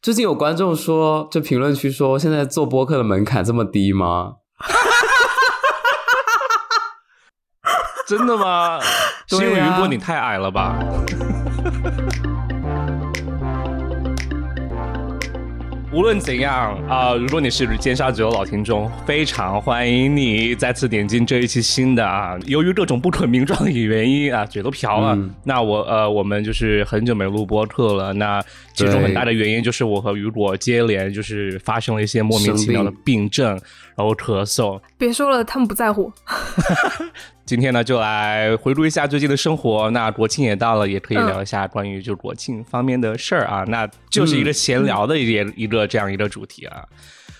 最近有观众说，就评论区说，现在做播客的门槛这么低吗？ 真的吗？是因为对啊云波你太矮了吧？ 无论怎样啊、如果你是尖沙咀的老听众，非常欢迎你再次点进这一期新的啊。由于各种不可名状的原因啊，嘴都瓢了。嗯那我呃，我们就是很久没录播客了。那其中很大的原因就是我和雨果接连就是发生了一些莫名其妙的生病症，然后咳嗽，别说了，他们不在乎。 今天呢，就来回顾一下最近的生活。那国庆也到了，也嗯可以聊一下关于就国庆方面的事儿啊。那就是嗯一个闲聊的一个一个这样一个主题啊。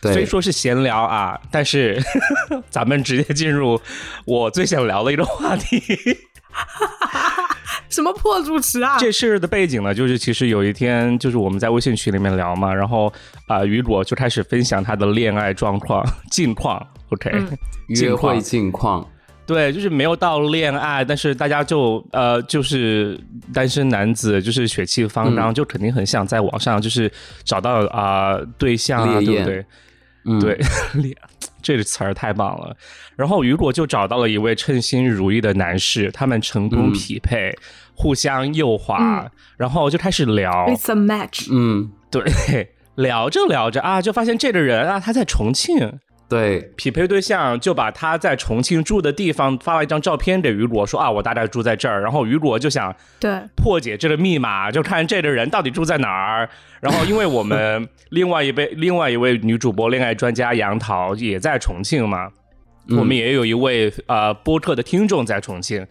虽对，说是闲聊啊，但是 咱们直接进入我最想聊的一个话题。什么破主持 啊？这事儿的背景呢，就是其实有一天，就是我们在微信群里面聊嘛，然后啊、呃雨果就开始分享她的恋爱状况近况。OK，、嗯约会近况近况，对，就是没有到恋爱，但是大家就呃，就是单身男子，就是血气方嗯刚，就肯定很想在网上就是找到啊、对象啊，烈对不焰对？嗯，对，， 恋这个词儿太棒了。然后雨果就找到了一位称心如意的男士，他们成功嗯匹配，互相右滑，嗯然后就开始聊。哎 It's a match。嗯，对， 聊着聊着啊，就发现这个人啊，他在重庆。对，呃匹配对象就把他在重庆住的地方发了一张照片给雨果，说啊，我大概住在这儿。然后雨果就想对，破解这个密码，就看这个人到底住在哪儿。然后，因为我们另外一位另外一位女主播恋爱专家杨桃也在重庆嘛，嗯我们也有一位呃播客的听众在重庆。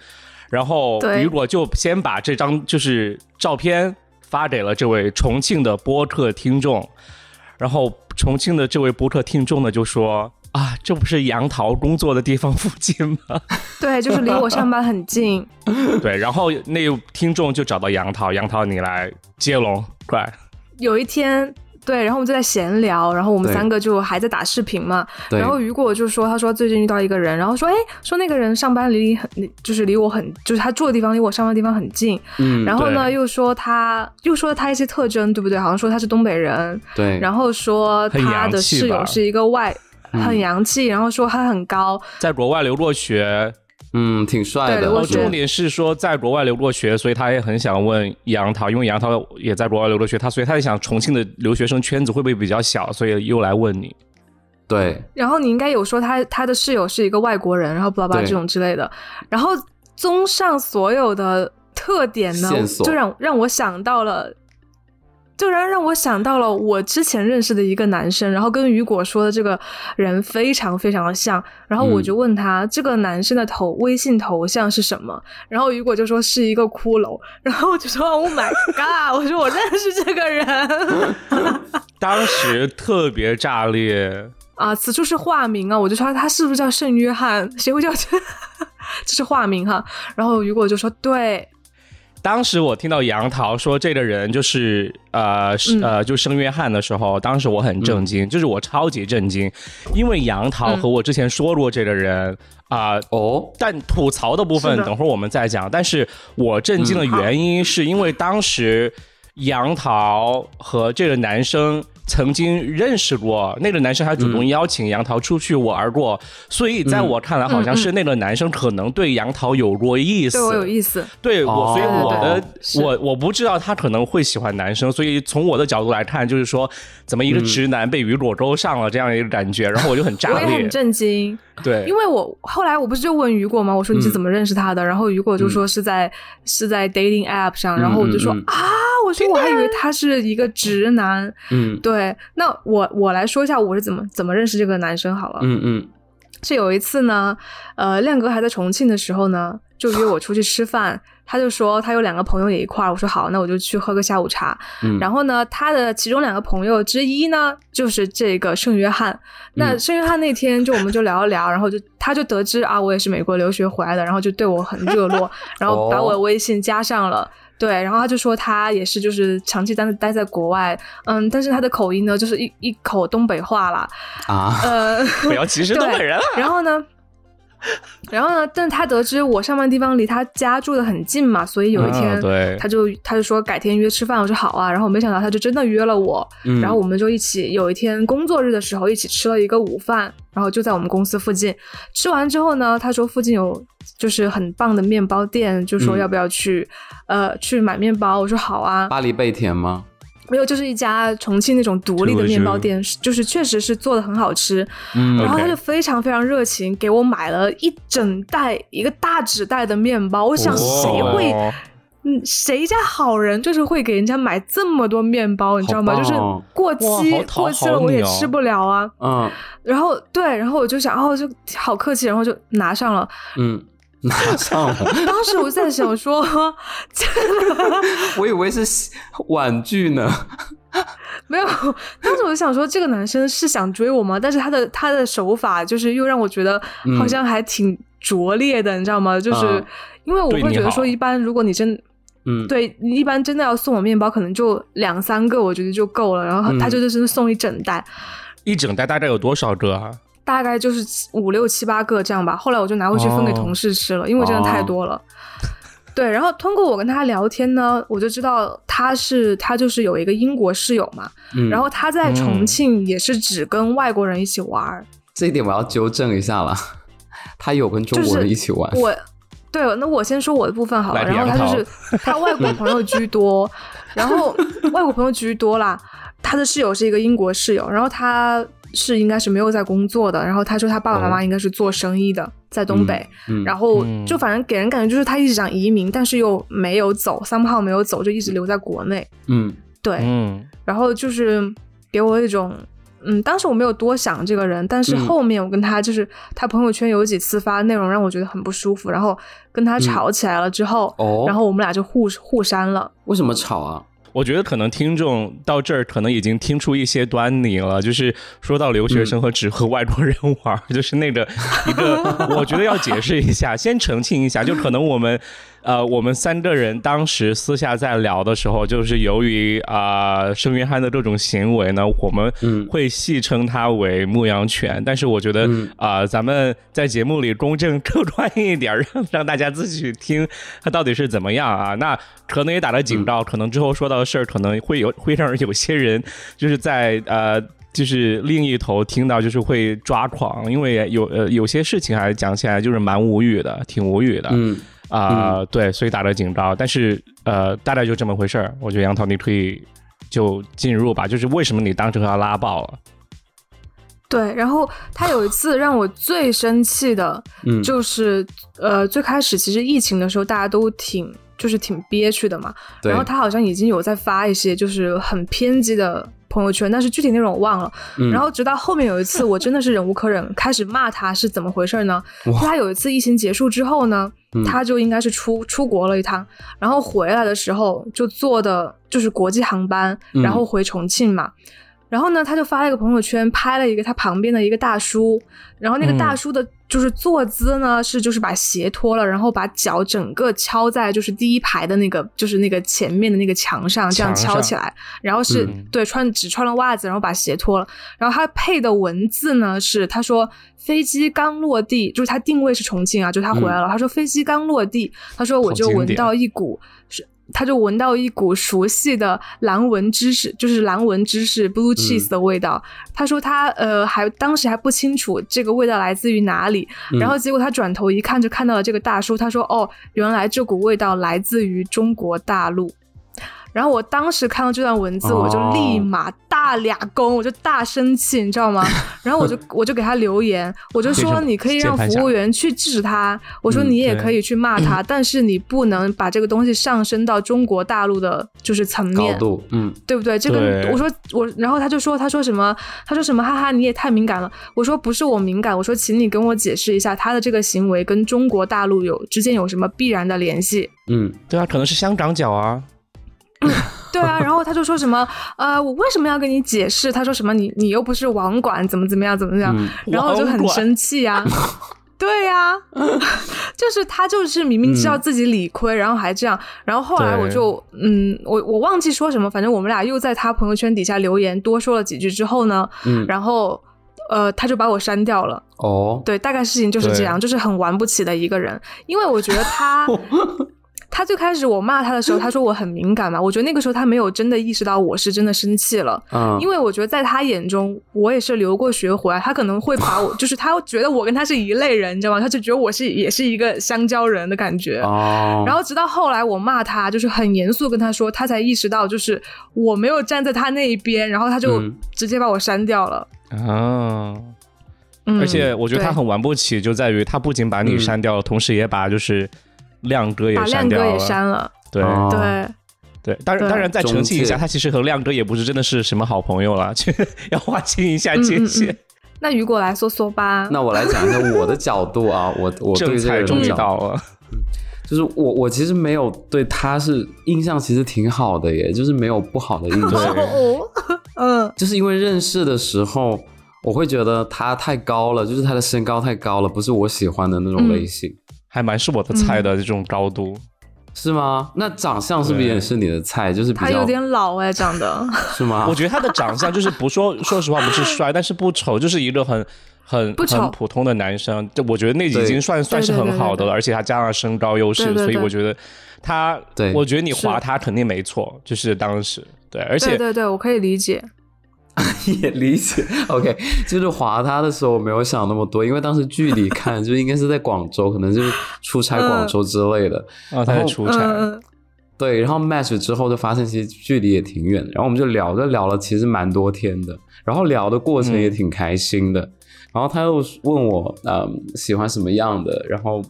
然后对雨果就先把这张就是照片发给了这位重庆的播客听众，然后重庆的这位播客听众呢就说。啊，这不是杨桃工作的地方附近吗？对，就是离我上班很近。 对，然后那位听众就找到杨桃，杨桃你来接龙，快！有一天，对，然后我们就在闲聊，然后我们对三个就还在打视频嘛。对，然后雨果就说，他说最近遇到一个人，然后说，哎，说那个人上班离很，就是离我很，就是他住的地方离我上班的地方很近。嗯，然后呢，对又说他，又说他一些特征，对不对？好像说他是东北人，对，然后说很他洋的气室友吧嗯是一个外，很洋气，然后说他很高，在国外留过学，嗯，挺帅对的，我然后觉得重点是说在国外留过学，所以他也很想问杨桃，因为杨桃也在国外留过学，他所以他也想重庆的留学生圈子会不会比较小，所以又来问你。对，然后你应该有说他他的室友是一个外国人，然后巴拉巴拉对这种之类的。然后综上所有的特点呢线，索就让让我想到了，就让让我想到了我之前认识的一个男生，然后跟雨果说的这个人非常非常的像。然后我嗯就问他、这个男生的头微信头像是什么，然后雨果就说是一个骷髅，然后我就说 Oh my god！我说我认识这个人当时特别炸裂，啊，此处是化名啊，我就说他是不是叫圣约翰？谁会叫 这？这是化名哈。然后雨果就说对，当时我听到杨桃说这个人就是呃是嗯呃就圣约翰的时候，当时我很震惊，就是我超级震惊，因为杨桃和我之前说过这个人啊、哦，但吐槽的部分是的嗯等会儿我们再讲。但是我震惊的原因是因为当时杨桃和这个男生曾经认识过，那个男生还主动邀请杨桃出去玩过，所以在我看来好像是那个男生可能对杨桃有过意思。嗯对我有意思。对我，哦所以我的对是我我不知道他可能会喜欢男生，所以从我的角度来看，就是说怎么一个直男被雨果勾上了这样一个感觉，然后我就很炸嗯我也裂很。震惊，对，因为我后来我不是就问雨果吗？我说你是嗯怎么认识他的？然后雨果就说是在、是在 dating app 上，然后我就说、嗯嗯嗯啊，我说我还以为他是一个直男。嗯对，那我我来说一下我是怎么怎么认识这个男生好了。嗯嗯，是有一次呢，呃，亮哥还在重庆的时候呢，就约我出去吃饭。他就说他有两个朋友也一块儿，我说好，那我就去喝个下午茶。嗯然后呢，他的其中两个朋友之一呢，就是这个圣约翰。那嗯圣约翰那天就我们就聊一聊，然后就他就得知啊，我也是美国留学回来的，然后就对我很热络，然后把哦我的微信加上了。对，然后他就说他也是就是长期待待在国外，嗯，但是他的口音呢，就是一一口东北话啦，啊，呃，不要歧视对东北人了。然后呢，然后呢，但他得知我上班地方离他家住的很近嘛，所以有一天，啊对他就他就说改天约吃饭，我说好啊。然后没想到他就真的约了我，嗯然后我们就一起有一天工作日的时候一起吃了一个午饭，然后就在我们公司附近。吃完之后呢，他说附近有就是很棒的面包店，就说嗯要不要去、呃去买面包，我说好啊。巴黎贝甜吗？没有，就是一家重庆那种独立的面包店，是就是确实是做的很好吃。嗯然后他 OK 就非常非常热情，给我买了一整袋一个大纸袋的面包。我想谁哦会，嗯，谁家好人就是会给人家买这么多面包，你知道吗？好棒就是哦过哇期好讨过期了好我你也哦吃不了啊。嗯然后对，然后我就想，哦，就好客气，然后就拿上了。嗯，拿上了，当时我在想说，我以为是婉拒呢。 没有，当时我就想说，这个男生是想追我吗？但是他的他的手法就是又让我觉得嗯好像还挺拙劣的，你知道吗？就是嗯因为我啊对会你觉得好说，一般如果你真嗯，对你一般真的要送我面包，可能就两三个，我觉得就够了。然后嗯他就就是送一整袋，一整袋大概有多少个啊？大概就是五六七八个这样吧。后来我就拿回去分给哦同事吃了，因为真的太多了。对，然后通过我跟他聊天呢，我就知道他是他就是有一个英国室友嘛，嗯，然后他在重嗯庆也是只跟外国人一起玩儿。这一点我要纠正一下啦， 他有跟中国人一起玩，我对，那我先说我的部分好了。赖皮然后他杨就是他外国朋友居多， 然后外国朋友居多啦。他的室友是一个英国室友，然后他是应该是没有在工作的。然后他说他爸爸妈妈应该是做生意的，在东北。哦嗯，然后嗯就反正给人感觉就是他一直想移民，但是又没有走，somehow 没有走，就一直留在国内。嗯对，嗯，然后就是给我一种，嗯，当时我没有多想这个人，但是嗯后面我跟他就是、他朋友圈有几次发内容让我觉得很不舒服，然后跟他吵起来了之后，哦，然后我们俩就互互删了。为什么吵啊？我觉得可能听众到这儿可能已经听出一些端倪了，就是说到留学生和只和外国人玩儿， 就是那个 一个，我觉得要解释一下，先澄清一下，就可能我们。呃，我们三个人当时私下在聊的时候，就是由于啊、呃圣约翰的各种行为呢，我们嗯会戏称他为牧羊犬。但是我觉得嗯啊、呃咱们在节目里公正客观一点儿，让让大家自己去听 他到底是怎么样啊。那可能也打了嗯警告，可能之后说到的事儿，可能会有会让有些人就是在呃。就是另一头听到就是会抓狂，因为有呃有些事情还讲起来就是蛮无语的，挺无语的。嗯，啊、对，所以打了警告，但是呃，大概就这么回事儿。我觉得杨桃你可以就进入吧，就是为什么你当时和他拉爆了？对，然后他有一次让我最生气的，嗯就是呃，最开始其实疫情的时候大家都挺就是挺憋屈的嘛，对然后他好像已经有在发一些就是很偏激的朋友圈，但是具体内容我忘了。嗯然后直到后面有一次，我真的是忍无可忍，开始骂他是怎么回事呢？哇他有一次疫情结束之后呢，嗯他就应该是出出国了一趟，然后回来的时候就坐的就是国际航班，嗯然后回重庆嘛。然后呢，他就发了一个朋友圈，拍了一个他旁边的一个大叔，然后那个嗯大叔的就是坐姿呢是就是把鞋脱了，然后把脚整个敲在就是第一排的那个就是那个前面的那个墙上，这样墙敲上起来，然后是、嗯对穿只穿了袜子，然后把鞋脱了，然后他配的文字呢是他说飞机刚落地，就是他定位是重庆啊，就是他回来了，他说飞机刚落地，他说我嗯就好经闻典到一股是。他就闻到一股熟悉的蓝纹芝士，就是蓝纹芝士 blue cheese 嗯的味道。他说他呃还当时还不清楚这个味道来自于哪里，嗯然后结果他转头一看就看到了这个大叔，他说哦，原来这股味道来自于中国大陆。然后我当时看到这段文字，哦我就立马大俩弓，我就大生气，你知 道吗？然后我就我就给他留言，我就为说什么你可以让键盘侠服务员去制止他，我说嗯你也对可以去骂 他，但是你不能把这个东西上升到中国大陆的就是层高面，度，嗯对不对？这个对我说我，然后他就说他说什么他说什么哈哈，你也太敏感了。我说不是我敏感，我说请你跟我解释一下他的这个行为跟中国大陆有之间有什么必然的联系。嗯对啊，可能是香港脚啊，对啊，然后他就说什么，呃，我为什么要跟你解释？他说什么你你又不是网管，怎么怎么样，怎么怎么样，嗯然后我就很生气呀、对呀、 就是他就是明明知嗯道自己理亏，然后还这样，然后后来我就嗯，我我忘记说什么，反正我们俩又在他朋友圈底下留言多说了几句之后呢，嗯然后呃，他就把我删掉了。哦，对，大概事情就是这样，就是很玩不起的一个人。因为我觉得 他，他最开始我骂他的时候，他说我很敏感嘛，我觉得那个时候他没有真的意识到我是真的生气了，嗯，因为我觉得在他眼中我也是留过学回来，他可能会 把我，就是他觉得我跟他是一类人，你知道吗？他就觉得我是也是一个香蕉人的感觉。哦，然后直到后来我骂他，就是很严肃地跟他说，他才意识到就是我没有站在他那一边，然后他就嗯直接把我删掉了。啊。哦嗯，而且我觉得他对很玩不起，就在于他不仅把你嗯删掉了，同时也把就是亮哥也把删亮掉哥了。也删了，对、哦对。对，当然对当然再澄清一中下，介他其实和亮哥也不是真的是什么好朋友了， 去要划清一下界限。嗯嗯那雨果来说说吧。那我来讲一下我的角度啊，我我正对这个财人终的于角度到嗯了，就是我我其实没有对他是印象其实挺好的耶，就是没有不好的印象，哦， 嗯就是因为认识的时候，我会觉得他太高了，就是他的身高太高了，不是我喜欢的嗯那种类型，还蛮是我的菜的这种高度。是吗？那长相是不是也对是你的菜？就是比他有较点老哎，长得是吗？我觉得他的长相就是不说， 说实话不是帅，但是不丑，就是一个很很不丑很普通的男生。就我觉得那已对经算算是对对很对好对的了，而且他加上身高优势，对对所以对我觉得他，对我觉得你是划他肯定没错，就是当时对，而且对对对，我可以理解。也理解。OK，就是划他的时候我没有想那么多，因为当时距离 看就应该是在广州，可能就是出差广州之类的。啊，他在出嗯差，嗯对，然后 match 之后就发现其实距离也挺远的，然后我们就聊着聊了，其实蛮多天的，然后聊的过程也挺开心的。然后他又问我，嗯，喜欢什么样的，然后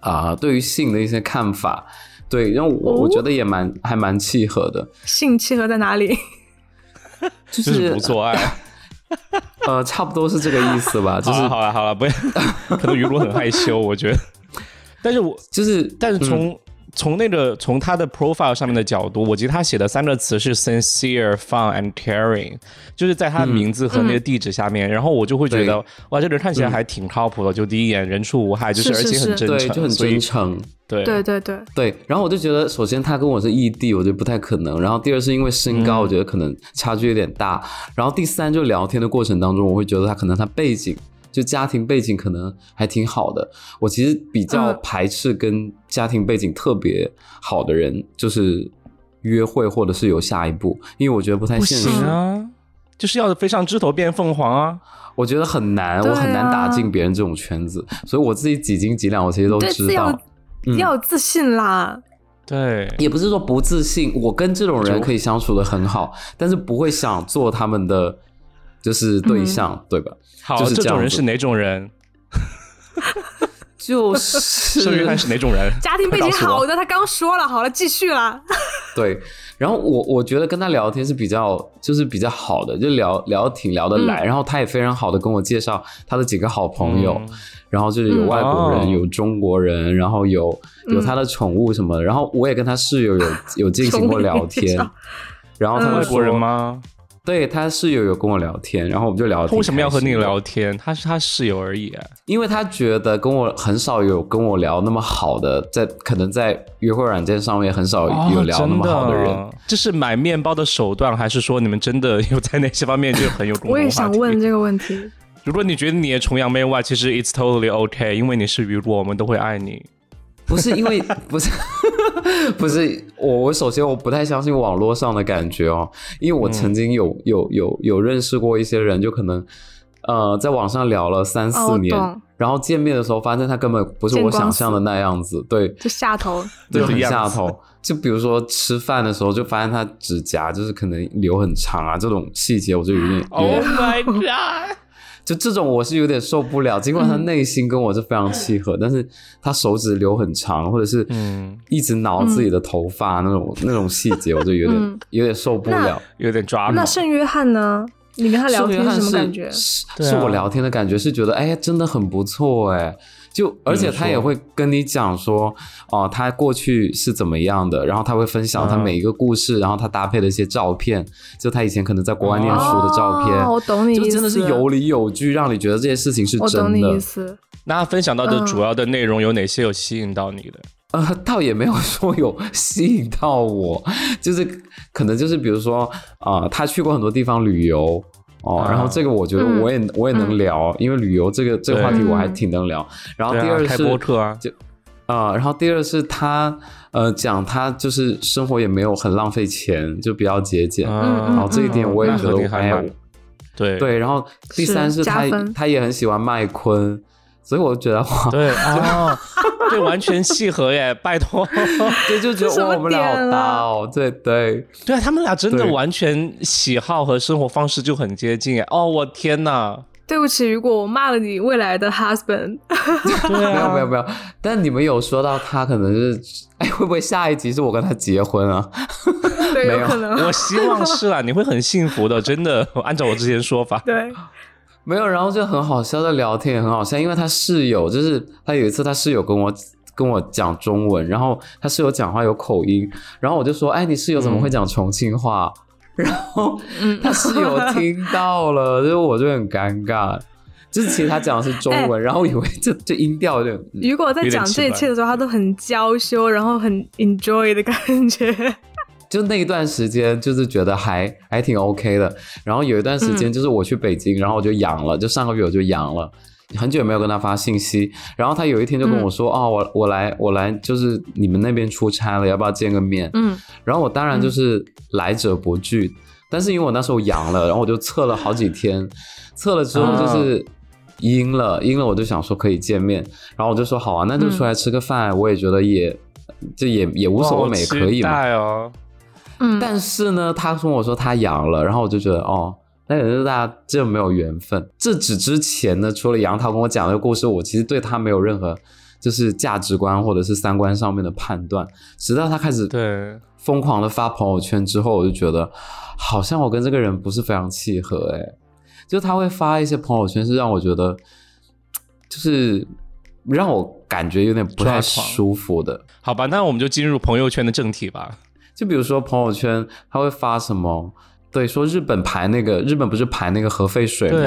啊、对于性的一些看法，对，然后我、我哦觉得也蛮还蛮契合的，性契合在哪里？就就是是不做爱。呃，差不多是这个意思吧，就 好是了好啊了好了，不要，可能雨果很害羞，我觉得。但是我就是，但是嗯从、从那个从他的 profile 上面的角度，我记得他写的三个词是 sincere、fun and caring，就是在他的名字和那个地址下面，然后我就会觉得嗯对嗯哇，这人看起来还挺靠谱的，就第一眼人畜无害，就是是而且是很真诚，对，就很所以真诚。对对对对，对，然后我就觉得，首先他跟我是异地，我觉得不太可能。然后第二是因为身嗯高，我觉得可能差距有点大。然后第三就聊天的过程当中，我会觉得他可能他背景就家庭背景可能还挺好的。我其实比较嗯排斥跟家庭背景特别好的人，就是约会或者是有下一步，因为我觉得不太不现实行，啊，就是要飞上枝头变凤凰啊，我觉得很难，我很难打对啊进别人这种圈子。所以我自己几斤几两，我其实都对知自道要。嗯要有自信啦。对。也不是说不自信，我跟这种人可以相处的很好，但是不会想做他们的就是嗯对象，对吧？好，就是这这样种人子是哪种人？就 盛云汉是是哪种人？家庭背景快告诉我嗯好的，他刚说了，好了，继续啦。对。然后我我觉得跟他聊天是比较就是比较好的，就聊聊得挺聊嗯得来，然后他也非常好的跟我介绍他的几个好朋友，嗯然后就是有外国人，嗯有中国人，然后有嗯有他的宠物什么的，然后我也跟他室友有有进行过聊天宠物介绍。然后他嗯们外说国人？吗？对他室友有跟我聊天，然后我们就聊得他挺开心的。为什么要和你聊天？他是他室友而已、因为他觉得跟我很少有跟我聊那么好的，在可能在约会软件上面很少有聊那么好哦的人。这是买面包的手段，还是说你们真的有在那些方面就很有共同我也话想题问，这个问题。如果你觉得你也崇洋媚外，其实 it's totally okay，因为你是雨果，我们都会爱你。 不是因为不是不是我我首先我不太相信网络上的感觉哦，因为我曾经有、有有有认识过一些人，就可能呃在网上聊了三哦四我年，懂然后见面的时候发现他根本不是见我光想死象的那样子，对，就下头，就就是很样下子头。 就比如说吃饭的时候，就发现他指甲就是可能留很长啊，这种细节我就有点有 Oh 点 my god！就这种我是有点受不了，尽管他嗯内心跟我是非常契合，但是他手指留很长，或者是嗯一直挠自己的头发、那种那种细节，我就有点、 嗯有点受不了。 有点抓那马。圣约翰呢？你跟他聊圣约天翰什么是感觉？是对啊是我聊天的感觉是觉得，哎，真的很不错，哎，就而且他也会跟你讲说，哦、他过去是怎么样的，然后他会分享他嗯每一个故事，然后他搭配的一些照片，就他以前可能在国外念书的照片，哦我懂你意就思，真的是有理有据，让你觉得这些事情是我真懂的。你意思。那他分享到嗯的主要的内容有哪些有吸引到你的？呃，倒也没有说有吸引到我，就是可能就是比如说啊、呃他去过很多地方旅游，哦，啊嗯然后这个我觉得嗯我也、我也能聊，因为旅游这个这个话题我还挺能聊。然后第对啊二开是播客啊，啊、然后第二是他呃讲他就是生活也没有很浪费钱，就比较节俭。嗯然后这一点我也那觉肯定得还哎蛮对对，然后第是三是加他分他也很喜欢麦昆，所以我就觉得哇，对 啊，这完全契合耶！拜托，对， 就觉这什得哇么我们俩点好啊搭哦，对对。对啊，他们俩真的对完全喜好和生活方式就很接近耶！哦，我天哪！对不起，雨果，我骂了你未来的 husband。对没有没有啊，没有，但你们有说到他可能是， 哎，会不会下一集是我跟他结婚啊？ 对，没有有可能。我希望是啦，你会很幸福 的，真的。按照我之前说法，对，没有，然后就很好笑，在聊天也很好笑，因为他室友就是他有一次他室友跟我跟我讲中文，然后他室友讲话有口音，然后我就说，哎，你室友怎么会讲重庆话？ 然后嗯他室友听到了， 就是我就很尴尬，就是其实他讲的是中哎文，然后以为这这音调有点，嗯雨果在有点讲奇这一怪切的时候，他都很娇羞，然后很 enjoy 的感觉。就那一段时间就是觉得还还挺 OK 的，然后有一段时嗯间就是我去北京，然后我就阳了，就上个月我就阳了。很久没有跟他发信息，然后他有一天就嗯跟我说：“哦，我我来我来，就是你们那边出差了，要不要见个面？”嗯，然后我当然就是来者不拒，但是因为我那时候阳了，然后我就测了好几天，测了之后就是哦阴了，阴了我就想说可以见面，然后我就说好啊，那就嗯出来吃个饭，我也觉得也这也也无所谓，也可以嘛。嘛。好期待哦，嗯，但是呢，他跟我说他阳了，然后我就觉得哦。那也是大家这没有缘分。这只之前呢，除了杨桃跟我讲这个故事，我其实对他没有任何就是价值观或者是三观上面的判断。直到他开始对，疯狂的发朋友圈之后，我就觉得好像我跟这个人不是非常契合哎、就他会发一些朋友圈是让我觉得，就是让我感觉有点不太抓狂舒服的。好吧，那我们就进入朋友圈的正题吧。就比如说朋友圈，他会发什么？对，说日本排那个，日本不是排那个核废水吗？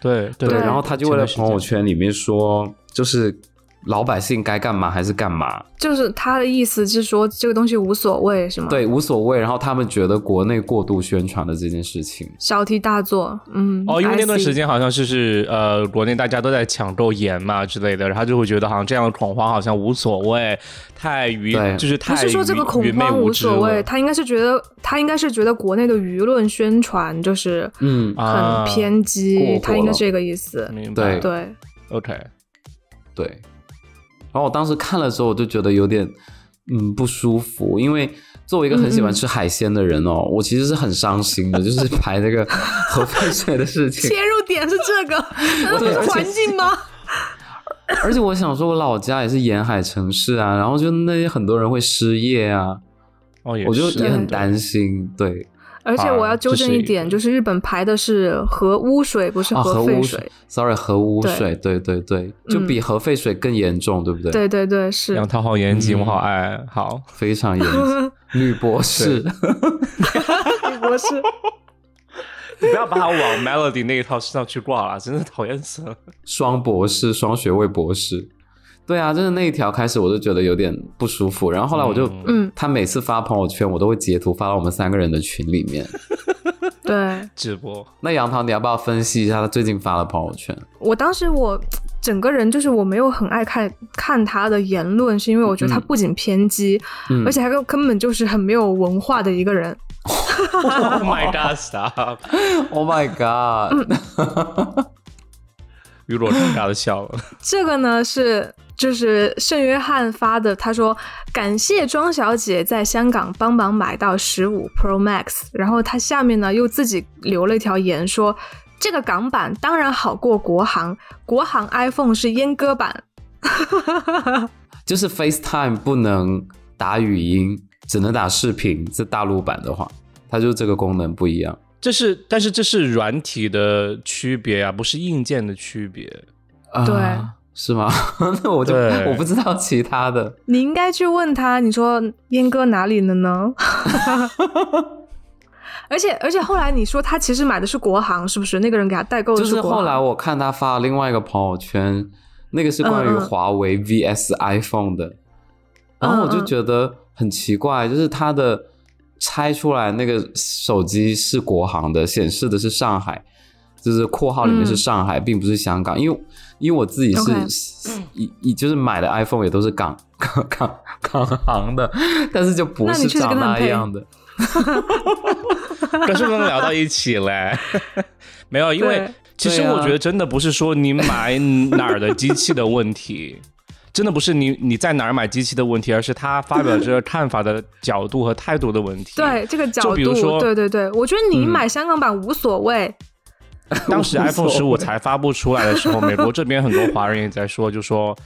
对对对对然后他就会在前段时间朋友圈里面说，就是老百姓该干嘛还是干嘛，就是他的意思是说这个东西无所谓，是吗？，对，无所谓。然后他们觉得国内过度宣传的这件事情，小题大做。嗯，哦，因为 I 那段 see 时，间好像就是呃，国内大家都在抢购盐嘛之类的，然后他就会觉得好像这样的恐慌好像无所谓，太愚，对就是不太是说这个愚恐愚昧慌无无知所谓，了他应该是觉得他应该是觉得国内的舆论宣传就是嗯，啊很偏激，过火他应该了是这个意思。明对白？对， ，OK，对。然后我当时看了之后，我就觉得有点嗯不舒服，因为作为一个很喜嗯欢吃海鲜的人哦，我其实是很伤心的，就是排那个 核废水的事情。切入点是 这个，难道不对是而且环境吗？而且我想说，我老家也是沿海城市啊，然后就那些很多人会失业啊，哦，也我就是也很对担心。对，而且我要纠正一点，啊这是一个就是日本排的是核污水，不是啊，核核废污水。水，sorry，核污对水，对对对，就嗯比核废水更严重，对不对？，对对对，是杨。桃好严谨，嗯我好爱，好，非常严重。 女博士，李博士，你不要把它往 Melody 那一套身上去挂了，真的讨厌死了。双博士、双学位博士。对啊，就是那一条开始我就觉得有点不舒服，然后后来我就，嗯他每次发朋友圈，我都会截图发到我们三个人的群里面。 对直 播那杨桃，你要不要分析一下他最近发的朋友圈？我当时我整个人就是我没有很爱看看他的言论，是因为我觉得他嗯不仅偏激，嗯而且还根根本就是很没有文化的一个人。 ，Oh my God，stop！ ，Oh my 嗯 god！、雨果尴尬的笑了， 这个呢是就是圣约翰发的，他说感谢庄小姐在香港帮忙买到十五 Pro Max，然后他下面呢又自己留了一条言说，这个港版当然好过国行，国行 iPhone 是阉割版，就是 FaceTime 不能打语音，只能打视频，这大陆版的话，它就这个功能不一样。这是但是这是软体的区别啊，不是硬件的区别。啊对是吗？ 那我就对我不知道其他的。你应该去问他，你说阉割哪里了呢？ 而且而且后来你说他其实买的是国行，是不是？那个人给他代购的就是国行后来我看他发了另外一个朋友圈，那个是关于嗯嗯华为嗯 VS iPhone 的，然后我就觉得很奇怪，就是他的拆出来那个手机是国行的，显示的是上海，就是括号里嗯面是上海，并不是香港，因为因为我自己是 OK 一一就是买的 iPhone 也都是港港港港行的，但是就不那你是确实跟长他们那配样的。可是不能聊到一起 嘞。没有，因为对其实对啊我觉得真的不是说你买哪儿的机器的问题，真的不是你你在哪儿买机器的问题，而是他发表这个看法的角度和态度的问题。，对这个角就比如度，说嗯对对对，我觉得你买香港版无所谓， 当 时无 iPhone 十所五谓才发布出来的时候，美国这边很多华人也在说，就说。嗯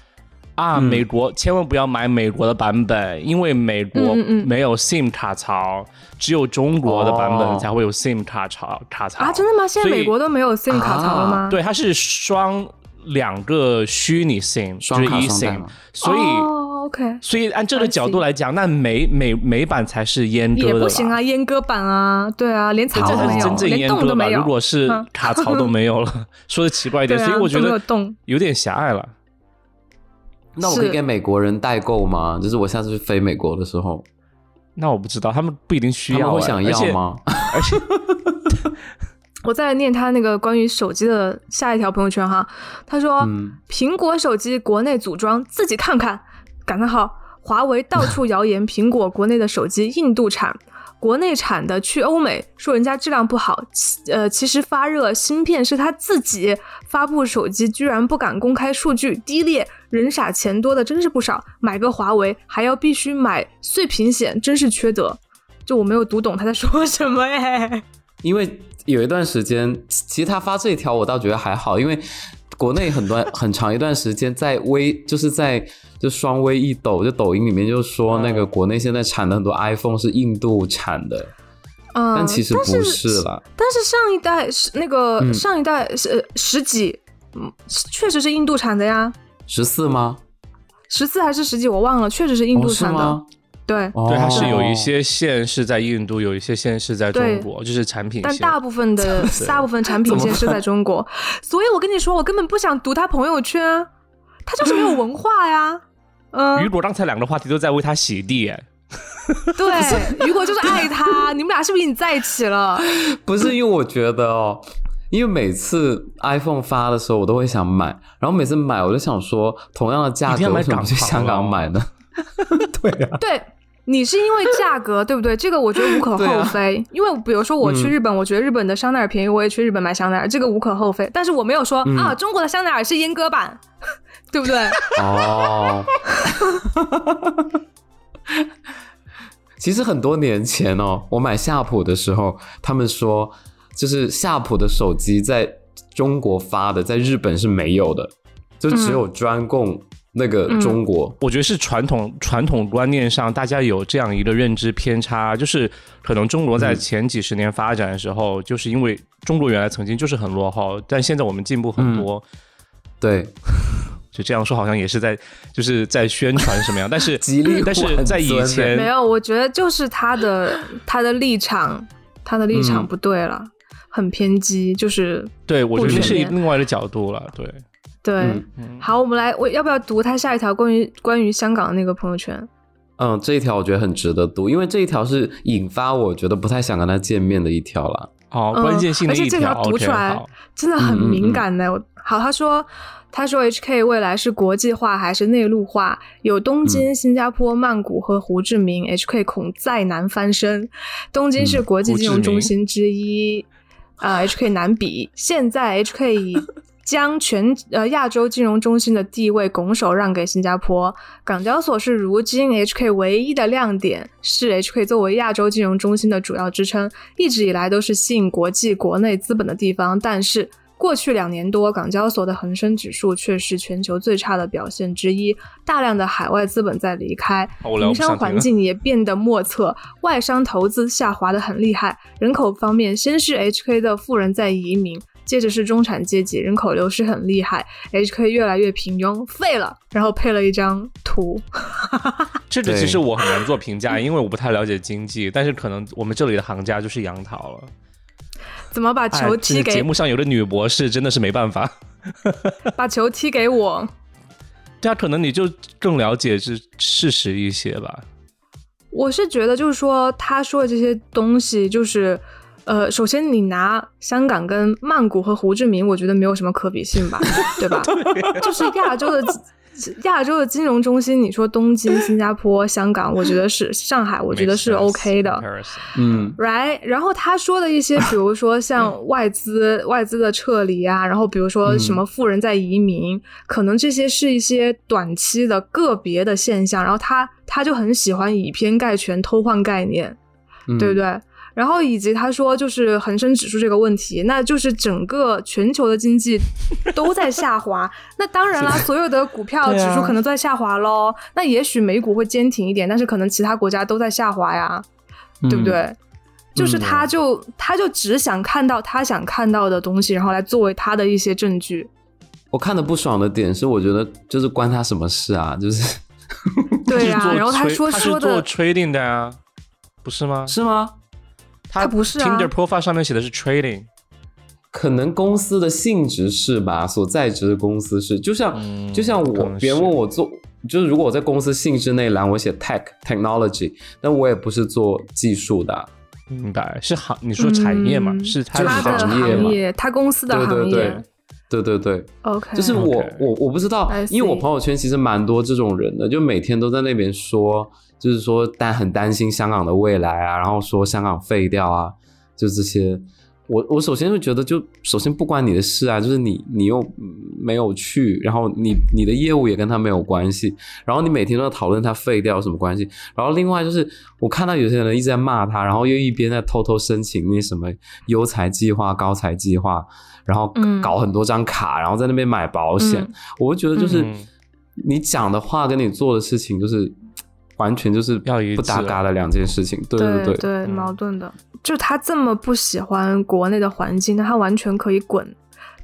啊，美国千万不要买美国的版本，因为美国嗯嗯嗯没有 SIM 卡槽，只有中国的版本哦才会有 SIM 卡槽卡槽啊，真的吗？现所在以啊美国都没有 SIM 卡槽了吗？对，它是双两个虚拟 SIM，就双是卡 e 双待 SIM，嘛所以、哦，OK，所以按这个 I 角度 see 来讲，那美美美版才是阉割也的吧？不行啊，阉割版啊，对啊，连槽这都才没是有真，正连阉洞割都吧？没有如，果是嗯卡槽都没有了， 说的奇怪一点，对啊所以我觉都没有得洞有点狭隘了。那我可以是给美国人代购吗？就是我下次去飞美国的时候，那我不知道，他们不一定需他要、们啊，会想要？吗？而且，而且我在念他那个关于手机的下一条朋友圈哈，他说、嗯苹果手机国内组装自己看看，感叹号，华为到处谣言苹果国内的手机印度产，国内产的去欧美，说人家质量不好，其呃其实发热芯片是他自己发布手机，居然不敢公开数据，低劣。人傻钱多的真是不少，买个华为还要必须买碎屏险，真是缺德。就我没有读懂他在说什么哎。因为有一段时间，其其实他发这一条我倒觉得还好，因为国内很多 很长一段时间在微就是在就双微一抖，就抖音里面就说那个国内现在产的很多 iPhone 是印度产的，嗯，但其实但不是是啦。但是上一代是那个、嗯上一代是呃十几，嗯，是确实是印度产的呀，十四吗？十四还是十几我忘了，确实是印度哦是产的。吗？对，哦对，它是有一些线是在印度，有一些线是在中对国，就是产品但线。大部分的大部分产品线是在中国， 所以我跟你说，我根本不想读他朋友圈啊，他就是没有文化呀。雨 嗯，果刚才两个话题都在为他洗地，哎对，雨果就是爱他，你们俩是不是已经在一起了？不是因为我觉得哦，因为每次 iPhone 发的时候，我都会想买，然后每次买我就想说，同样的价一定格要买为什么港不去行香港哦买呢？对，你是因为价格，对 不对？这个我觉得无可对啊厚非。因为比如说我去嗯日本，我觉得日本的香奈儿便宜，我也去日本买香奈儿，这个无可厚非。但是我没有说、嗯啊，中国的香奈儿是阉割版， 对不对？哦， 其实很多年前哦，我买夏普的时候，他们说就是夏普的手机在中国发的，在日本是没有的，就只有专供那个中国。嗯我觉得是传统传统观念上，大家有这样一个认知偏差，就是可能中国在嗯前几十年发展的时候，就是因为中国原来曾经就是很落后，但现在我们进步嗯很多，对，就这样说好像也是在就是在宣传什么样，但是 极力但是在以挽尊前的没有，我觉得就是他的他的立场，他的立场嗯不对了，很偏激，就是对我觉得不这是全面另外的角度了，对，对。嗯好，我们来，我要不要读他下一条关于关于香港的那个朋友圈？嗯，这一条我觉得很值得读，因为这一条是引发我觉得不太想跟他见面的一条啦。哦，嗯关键性的而且一这条条读 OK，出来好，嗯真的很敏感呢、我好，他说他说 HK 未来是国际化还是内陆化？有东京、嗯新加坡、曼谷和胡志明，HK 恐再难翻身。东嗯京是国际金融中心之一，呃，HK 难比。现在 HK 以将全呃亚洲金融中心的地位拱手让给新加坡，港交所是如今 HK 唯一的亮点，是 HK 作为亚洲金融中心的主要支撑，一直以来都是吸引国际、国内资本的地方。但是过去两年多，港交所的恒生指数却是全球最差的表现之一，大量的海外资本在离开，好我聊营不下去商了环境也变得莫测，外商投资下滑的很厉害。人口方面，先是 HK 的富人在移民。接着是中产阶级，人口流失很厉害，HK 越来越平庸，废了。然后配了一张图， 这个对其实我很难做评价，因为我不太了解经济，但是可能我们这里的行家就是杨桃了。怎么把哎球这踢节给、目上有的女博士真的是没办法。 把球踢给我？对啊，可能你就更了解这事实一些吧。我是觉得就是说他说的这些东西，就是呃，首先你拿香港跟曼谷和胡志明，我觉得没有什么可比性吧，对吧？就是亚洲的。亚洲的金融中心，你说东京、新加坡、香港，我觉得是上海，我觉得是 OK 的 Comparison 嗯， ，right？然后他说的一些，比如说嗯像外资、外资的撤离啊，然后比如说什么富人在移民，可能这些是一些短期的个别的现象。然后他他就很喜欢以偏概全、偷换概念，嗯对不对？然后以及他说就是恒生指数这个问题，那就是整个全球的经济都在下滑。那当然啦，所有的股票对指啊数可能都在下滑喽。那也许美股会坚挺一点，但是可能其他国家都在下滑呀，嗯对不对？就是他就他就只想看到他想看到的东西，然后来作为他的一些证据。我看的不爽的点是，我觉得就是关他什么事啊？就是对呀、是做然后他 trade- 说他说是做的 trading 的啊，不是吗？是吗？他他不是啊 Tinder profile 上面写的是 trading，可能公司的性质是吧，所在职的公司是，就像、嗯就像可我能别人是问我做，就是如果我在公司性质那一栏我写 tech technology，但我也不是做技术的啊、明白？是行，你说产业嘛？嗯是他就是他的行业行嘛业，他公司的对对行业。对，对对对， OK，就是我 OK 我我不知道 I，因为我 see 朋友圈其实蛮多这种人的，就每天都在那边说，就是说担很担心香港的未来啊，然后说香港废掉啊，就这些。我我首先就觉得就，首先不关你的事啊，就是你你又嗯没有去，然后你你的业务也跟他没有关系，然后你每天都要讨论他废掉有什么关系。然后另外就是我看到有些人一直在骂他，然后又一边在偷偷申请那什么优才计划、高才计划，然后嗯搞很多张卡，然后在那边买保险。嗯我就觉得就是、嗯你讲的话跟你做的事情就是完全就是要一致啊不搭嘎的两件事情。对对对，嗯，矛盾的。就他这么不喜欢国内的环境，那他完全可以滚，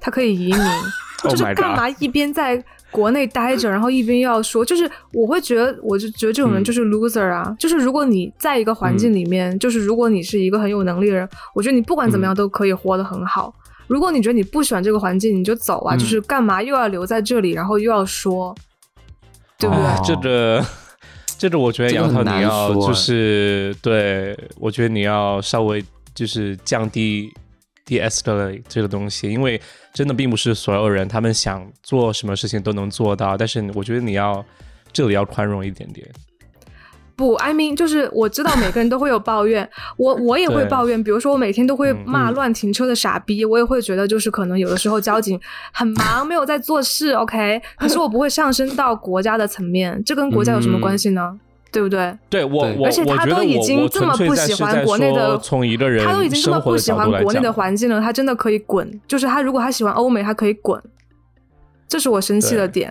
他可以移 民 Oh 就是 my 干嘛一边在国内待着，然后一边要说，就是我会觉得，我就觉得这种人嗯就是 loser 啊。就是如果你在一个环境里面，就是如果你是一个很有能力的人，我觉得你不管嗯怎么样都可以活得很好。如果你觉得你不喜欢这个环境，你就走啊！嗯就是干嘛又要留在这里，然后又要说，对不对？哦哎这个，这个我觉得这个杨很涛难你要说哎就是对，我觉得你要稍微就是降低 de-escalate 这个东西，因为真的并不是所有人他们想做什么事情都能做到，但是我觉得你要这里要宽容一点点。不，I mean，就是我知道每个人都会有抱怨，我我也会对抱怨。比如说，我每天都会嗯骂嗯乱停车的傻逼，我也会觉得就是可能有的时候交警很忙，没有在做事，OK。可是我不会上升到国家的层面，这跟国家有什么关系呢？对不对？对我对嗯我，而且我他觉得都已我经我这纯么粹不在喜是欢在国内说的从一个人他都已经这么生活不的喜角欢度来国内讲的环境了，他真的可以滚。就是他如果他喜欢欧美，他可以滚，这是我生气的对点。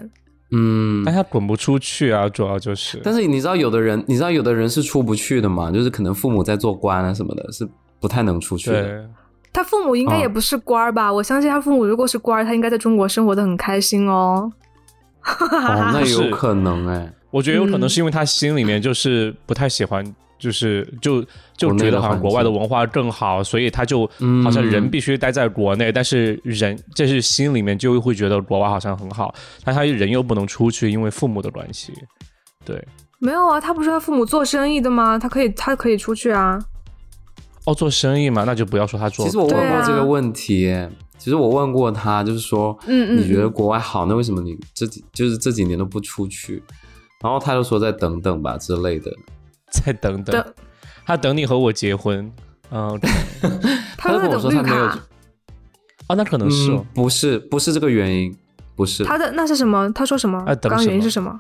嗯但。他滚不出去啊，主要就是。但是你知道有的人，你知道有的人是出不去的嘛？就是可能父母在做官啊什么的，是不太能出去的。哦对，他父母应该啊也不是官儿吧？我相信他父母如果是官儿，他应该在中国生活的很开心哦。哦，那是有可能哎、我觉得有可能嗯是因为他心里面就是不太喜欢，就是就就国内的觉得好像环国外的境文化更好，所以他就嗯好像人必须待在国内，但是人这是心里面就会觉得国外好像很好，但他人又不能出去，因为父母的关系。对， 没有啊，他不是他父母做生意的吗？他可以，他可以出去啊。哦，做生意嘛，那就不要说他做。其实我问对过啊这个问题耶、其实我问过他，就是说，嗯嗯你觉得嗯国外好，那为什么你这几就是这几年都不出去？然后他就说再等等吧之类的。再等等，等他等你和我结婚。嗯，他跟在我等说绿他没有卡，，哦，那可能是哦嗯，不是不是这个原因，不是，他的那是什么？他说什么哎啊？等刚刚什原因么是什么？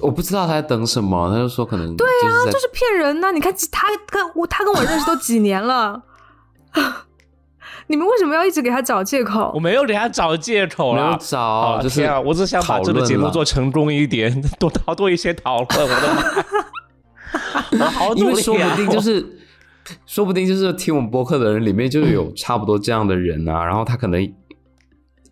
我不知道他在等什么，他就说可能对啊，就是在就是骗人呐、你看他跟我，他跟我认识都几年了， 你们为什么要一直给他找借我口？没有给他找借口没有了。找，哦就是天啊，我只想把这个节目做成功一点， 多多多一些讨论。我的妈呀，我好因努为力说啊不！定就是，说不定就是听我们播客的人里面就 有差不多这样的人啊，然后他可能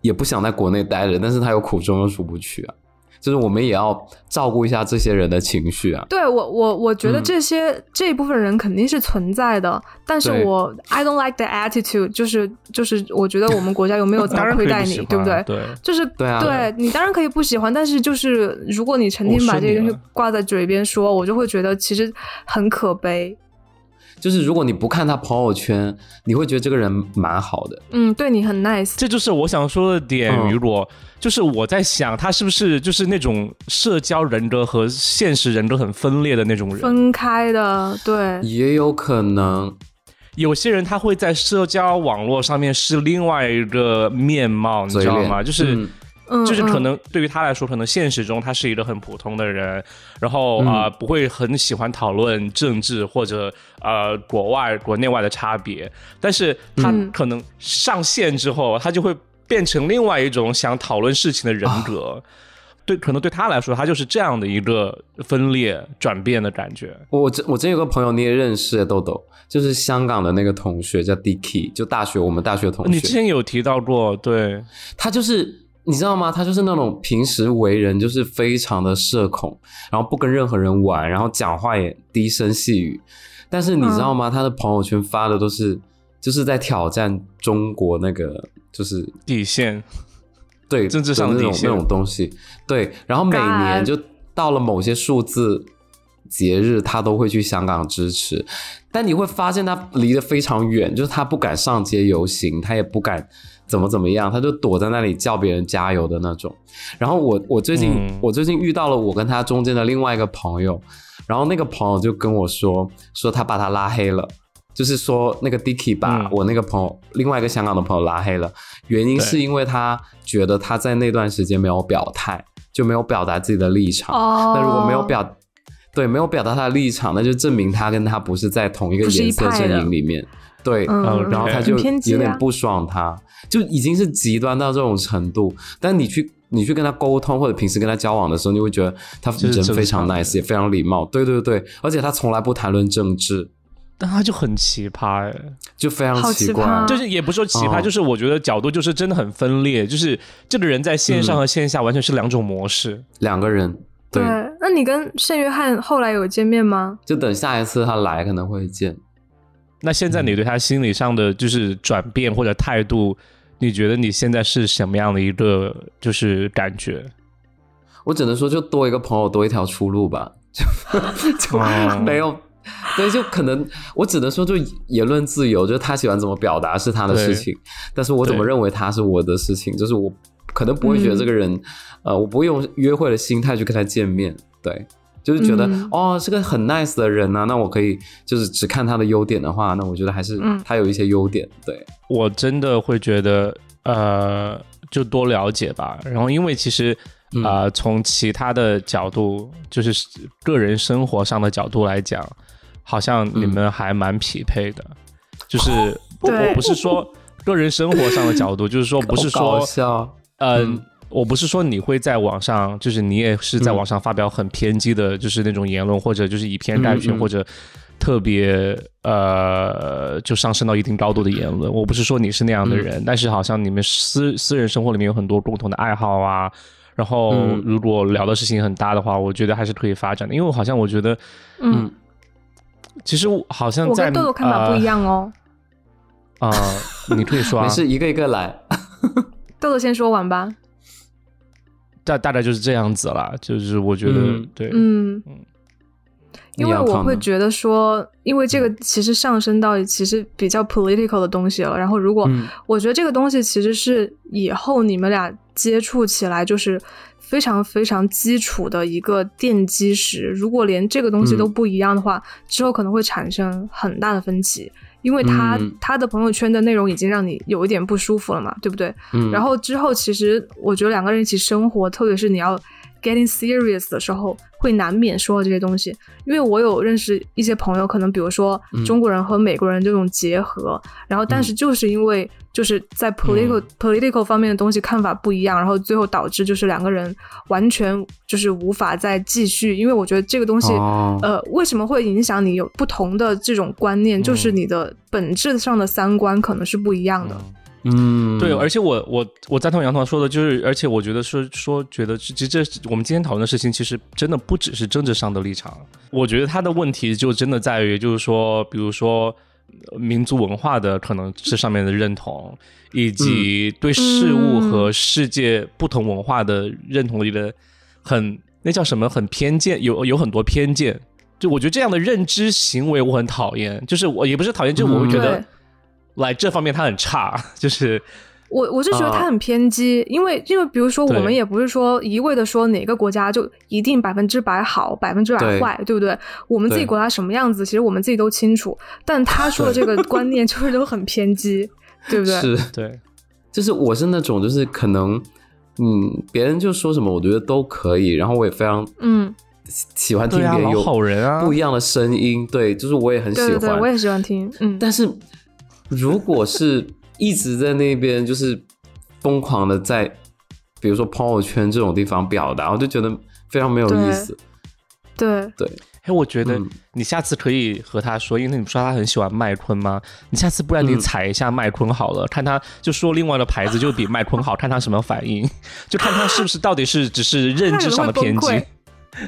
也不想在国内待着，但是他有苦衷又出不去啊，就是我们也要照顾一下这些人的情绪啊。对我，我我觉得嗯这些、这一部分人肯定是存在的，但是对我 I don't like the attitude，就是就是，我觉得我们国家 有没有怎当么然可亏以待不你喜，欢对不对？对，就是对啊你当然可以不喜欢，但是就是如果你成天我把顺这个啊你东西了挂在嘴边说，我就会觉得其实很可悲。就是如果你不看他朋友圈，你会觉得这个人蛮好的。嗯，对你很 nice，这就是我想说的点，嗯雨果，就是我在想，他是不是就是那种社交人格和现实人格很分裂的那种人？分开的，对，也有可能，有些人他会在社交网络上面是另外一个面貌，你嘴知道脸吗？就是、嗯嗯，就是嗯可能对于他来说，可能现实中他是一个很普通的人，然后嗯啊、呃不会很喜欢讨论政治或者呃国外国内外的差别，但是他嗯可能上线之后，他就会变成另外一种想讨论事情的人格。对，可能对他来说，他就是这样的一个分裂转变的感觉。我真我真有个朋友你也认识豆豆，就是香港的那个同学叫 Dicky，就大学我们大学同哦你之学，前有提到过，对，他就是你知道吗？他就是那种平时为人就是非常的社恐，然后不跟任何人玩，然后讲话也低声细语，但是你知嗯道吗？他的朋友圈发的都是就是在挑战中国那个就是底线对政治上的那种底线那种东西，对。然后每 God 年就到了某些数字节日，他都会去香港支持，但你会发现他离得非常远，就是他不敢上街游行，他也不敢怎么怎么样，他就躲在那里叫别人加油的那种。然后我我最近、嗯我最近遇到了我跟他中间的另外一个朋友，然后那个朋友就跟我说说他把他拉黑了。就是说，那个 Dicky 把嗯我那个朋友，另外一个香港的朋友拉黑了，原因对是因为他觉得他在那段时间没有表态，就没有表达自己的立场。哦，啊那如果没有表，对，没有表达他的立场，那就证明他跟他不是在同一个不是一颜色派阵的营里面。对，嗯，呃嗯，然后他就很偏激有点啊不爽他，就已经是极端到这种程度。但你去你去跟他沟通或者平时跟他交往的时候，你会觉得他就是人正非常常的 nice，也非常礼貌。对对对，而且他从来不谈论政治，但他就很奇葩、哎。就非常好奇奇怪。葩就是也不是说奇葩，哦就是我觉得角度就是真的很分裂，就是这个人在线嗯上和线下完全是两种模式。两个人，对，对。那你跟圣约翰后来有见面吗？就等下一次他来可能会见。那现在你对他心理上的就是转变或者态度，你觉得你现在是什么样的一个就是感觉？我只能说，就多一个朋友，多一条出路吧。 就哦就没有，对，就可能我只能说，就言论自由，就是他喜欢怎么表达是他的事情，但是我怎么对认为他是我的事情，就是我可能不会觉嗯得这个人，呃，我不会用约会的心态去跟他见面，对。就是觉得、嗯哦，是个很 nice 的人啊，那我可以就是只看他的优点的话，那我觉得还是嗯他有一些优点，对，我真的会觉得，呃，就多了解吧。然后，因为其实，嗯呃，从其他的角度，就是个人生活上的角度来讲，好像你嗯们还蛮匹配的。就是我对我不是说个人生活上的角 度，就是说不是好搞说，笑，嗯、我不是说你会在网上，就是你也是嗯在网上发表很偏激的，就是那种言论，或者就是以偏概全，嗯嗯或者特别呃，就上升到一定高度的言论。我不是说你是那样的嗯人，但是好像你们私私人生活里面有很多共同的爱好啊。然后嗯，如果聊的事情很大的话，我觉得还是可以发展的，因为我好像我觉得，嗯，其实我好像我在跟豆豆看呃法不一样哦。啊、呃你可以说 啊没，事，一个一个来，豆豆先说完吧。大大概就是这样子啦，就是我觉得、嗯对，嗯嗯，因为你要看我吗嗯会觉得说，因为这个其实上升到其实比较 political 的东西了。然后，如果嗯我觉得这个东西其实是以后你们俩接触起来就是非常非常基础的一个奠基石。如果连这个东西嗯都不一样的话，之后可能会产生很大的分歧，因为他、嗯他的朋友圈的内容已经让你有一点不舒服了嘛，对不对？嗯，然后之后，其实我觉得两个人一起生活，特别是你要 getting serious 的时候，会难免说到这些东西。因为我有认识一些朋友，可能比如说嗯中国人和美国人这种结合，然后但是就是因为就是在嗯 political、political 方面的东西看法不一样，然后最后导致就是两个人完全就是无法再继续。因为我觉得这个东西，哦呃，为什么会影响你有不同的这种观念？就是嗯你的本质上的三观可能是不一样的。嗯嗯，对，而且我我我赞同杨桃说的，就是而且我觉得说说觉得，其实这我们今天讨论的事情，其实真的不只是政治上的立场。我觉得他的问题就真的在于，就是说，比如说呃民族文化的可能这上面的认同，以及对事物嗯和世界不同文化的认同里的很那叫什么很偏见，有有很多偏见。就我觉得这样的认知行为我很讨厌，就是我也不是讨厌，就是我会觉得嗯对。来这方面他很差，就是我我是觉得啊他很偏激，因为因为比如说我对们也不是说一味的说哪个国家就一定百分之百好，百分之百对坏，对不对？我们自己对国家什么样子，其实我们自己都清楚。但 他说的这个观念就是都很偏激，对不对？是对就是我是那种就是可能，嗯，别人就说什么，我觉得都可以，然后我也非常嗯，喜喜欢听对别啊，人老有好人啊，不一样的声音，对，就是我也很喜对欢。对对，我也喜 欢听。嗯，但是如果是一直在那边就是疯狂的在，比如说朋友圈这种地方表达，我就觉得非常没有意思。对，对，哎，我觉得嗯你下次可以和他说，因为你说他很喜欢麦昆吗？你下次不然你嗯踩一下麦昆好了，看他就说另外的牌子就比麦 昆好，看他什么反应，就看他是不是到底是只是认知上的偏那你会激崩。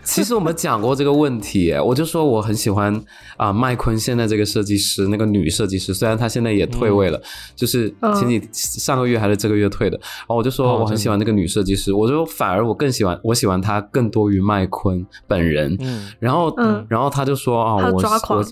其实我们讲过这个问题耶，我就说我很喜欢啊、麦昆现在这个设计师，那个女设计师，虽然她现在也退位了，就是前几上个月还是这个月退的。然后我就说哦我很喜欢那个女设计师，我就反而我更喜欢我喜欢她更多于麦昆本人。嗯，然后，嗯然后他就说啊，他我抓是狂我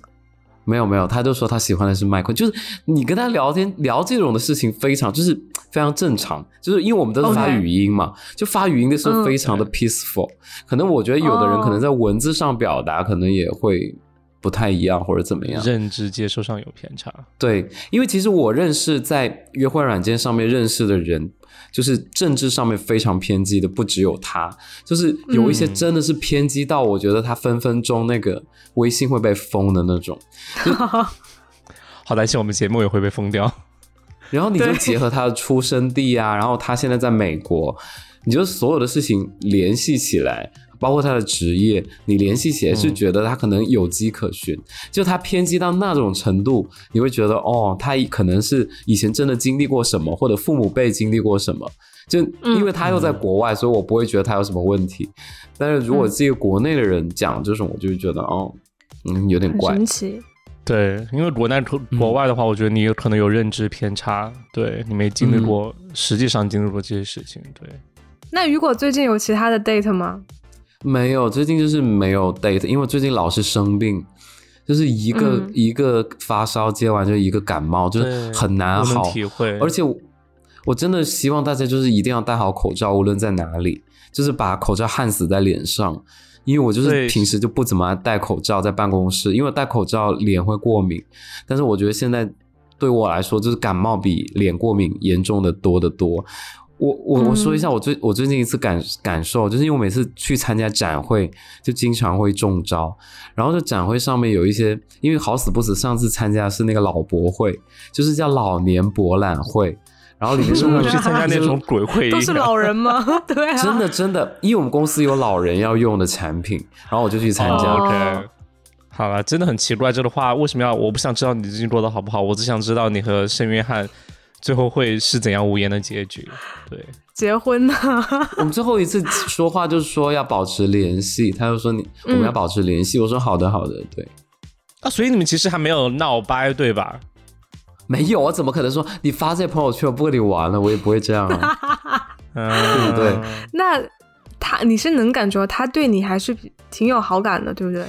没有没有，他就说他喜欢的是麦昆，就是你跟他聊天聊这种的事情，非常就是非常正常，就是因为我们都是发 OK 语音嘛就发语音的时候嗯非常的 peaceful、可能我觉得有的人哦可能在文字上表达，可能也会不太一样或者怎么样。认知接受上有偏差。对，因为其实我认识在约会软件上面认识的人，就是政治上面非常偏激的，不只有他，就是有一些真的是偏激到我觉得他分分钟那个微信会被封的那种。好担心我们节目也会被封掉。然后你就对结合他的出生地啊，然后他现在在美国，你就所有的事情联系起来，包括他的职业，你联系起来嗯是觉得他可能有迹可循，就他偏激到那种程度，你会觉得哦，他可能是以前真的经历过什么，或者父母辈经历过什么。就嗯因为他又在国外，所以我不会觉得他有什么问题。但是嗯如果这个国内的人讲这种，我就会觉得哦，嗯，有点很怪神。奇。对，因为国内国国外的话，我觉得你有可能有认知偏差，对你没经嗯历过，实际上经历过这些事情。对，那雨果最近有其他的 date 吗？没有，最近就是没有 date，因为最近老是生病，就是一个、嗯一个发烧，接完就一个感冒，就是对很难我能好。体会，而且我我真的希望大家就是一定要戴好口罩，无论在哪里，就是把口罩焊死在脸上。因为我就对是平时就不怎么爱戴口罩在办公室，因为戴口罩脸会过敏。但是我觉得现在对我来说，就是感冒比脸过敏严重的多得多。我我嗯我说一下我最我最近一次感感受，就是因为我每次去参加展会，就经常会中招。然后这展会上面有一些，因为好死不死，上次参加的是那个老博会，就是叫老年博览会，然后里面是我 去参加那种鬼会，都是老人吗？ 对啊，真的真的，因为我们公司有老人要用的产品，然后我就去参加。哦 OK，好了，真的很奇怪，这个话为什么要？我不想知道你最近过得好不好，我只想知道你和圣约翰最后会是怎样无言的结局。对，结婚呢？ 我们最后一次说话就是说要保持联系，他就说你我们要保持联系，我说好的好的，对。 啊，所以你们其实还没有闹掰，对吧？没有，啊我怎么可能说你发这朋友圈我不跟你玩了？我也不会这样、 啊。嗯，对那他你是能感觉到他对你还是挺有好感的，对不对？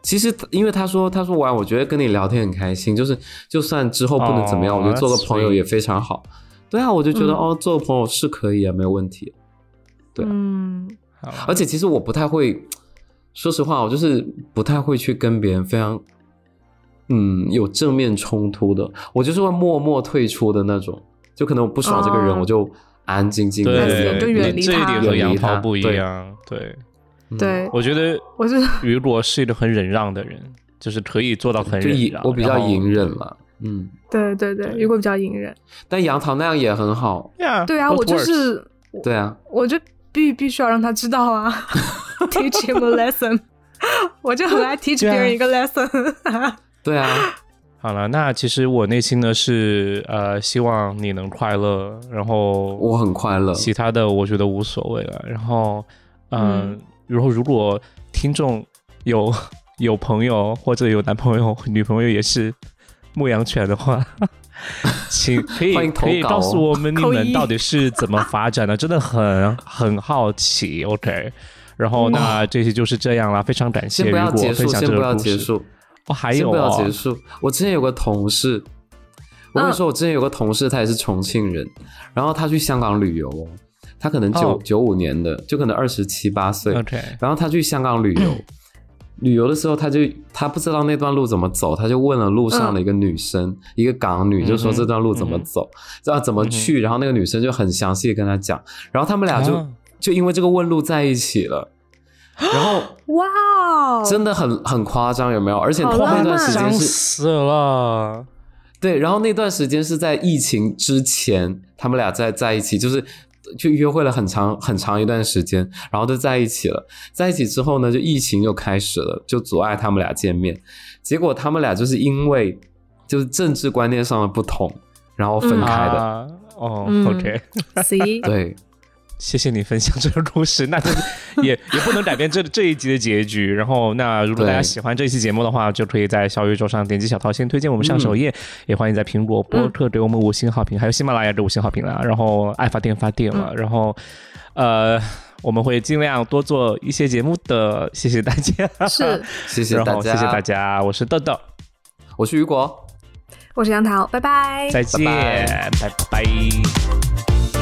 其实，因为他说他说玩，我觉得跟你聊天很开心，就是就算之后不能怎么样，哦我觉得做个朋友 that's sweet 也非常好。对啊，我就觉得、嗯哦，做个朋友是可以啊，没有问题。对嗯，好而且其实我不太会，说实话，我就是不太会去跟别人非常，嗯，有正面冲突的，我就是会默默退出的那种。就可能我不爽这个人，哦我就安安静静的那对，你就远离这一他点和杨桃不一远离样。对，嗯对，我觉得我是雨果是一个很忍让的人，就是可以做到很就忍隐让。我比较然后隐忍。了，嗯。对对对，对雨果比较隐忍。但杨桃那样也很好， Yeah，对啊， both 我就 works 是对啊，我就必必须要让他知道啊 ，teach him a lesson。我就很爱 teach 对啊别人一个 lesson，对啊，好了，那其实我内心呢是呃，希望你能快乐，然后我很快乐其他的我觉得无所谓了。然后，嗯，然后如果听众有 有朋友或者有男朋友、女朋友也是牧羊犬的话， 请可以欢迎投可以稿告诉我们你扣们一到底是怎么发 展的，真的很很好奇。OK，然后那这期就是这样啦，非常感谢先雨不要果结分束，享先这不个要故结事。束，哦，还先有嗯不要哦结束。我之前有个同事，我跟你嗯说，我之前有个同事，他也是重庆人，然后他去香港旅游哦，他可能九哦嗯九五年的，就可能二十七八岁， ，OK，然后他去香港旅 游，旅游的时候他就他不知道那段路怎么走，他就问了路上的一个女生，一个港女，就说嗯哼这段路怎么嗯嗯哼嗯走，知道怎么去，然后那个女生就很详细的跟他讲，然后他们俩就、啊就因为这个问路在一起了，然后 哇哦，真的很很夸张，有没有？而且他好们那浪段漫时伤间是死了。对，然后那段时间是在疫情之前，他们俩在在一起，就是就约会了很长很长一段时间，然后就在一起了。在一起之后呢，就疫情又开始了，就阻碍他们俩见面。结果他们俩就是因为就是政治观念上的不同，然后分嗯开的。啊、哦、嗯 o k C 对， 谢谢你分享这个故事。那就也也不能改变这这一集的结局。然后，那如果大家对喜欢这一期节目的话，就可以在小宇宙上点击小桃心推荐我们上首页，嗯也欢迎在苹果播客给我们五星好评，还有喜马拉雅给五星好评啦。然后爱发电发电嗯了，然后呃，我们会尽量多做一些节目的。谢谢大家，是，谢谢然大后家，谢谢大，家，我是豆豆，我是雨果。我是杨桃，拜拜。再见，拜拜拜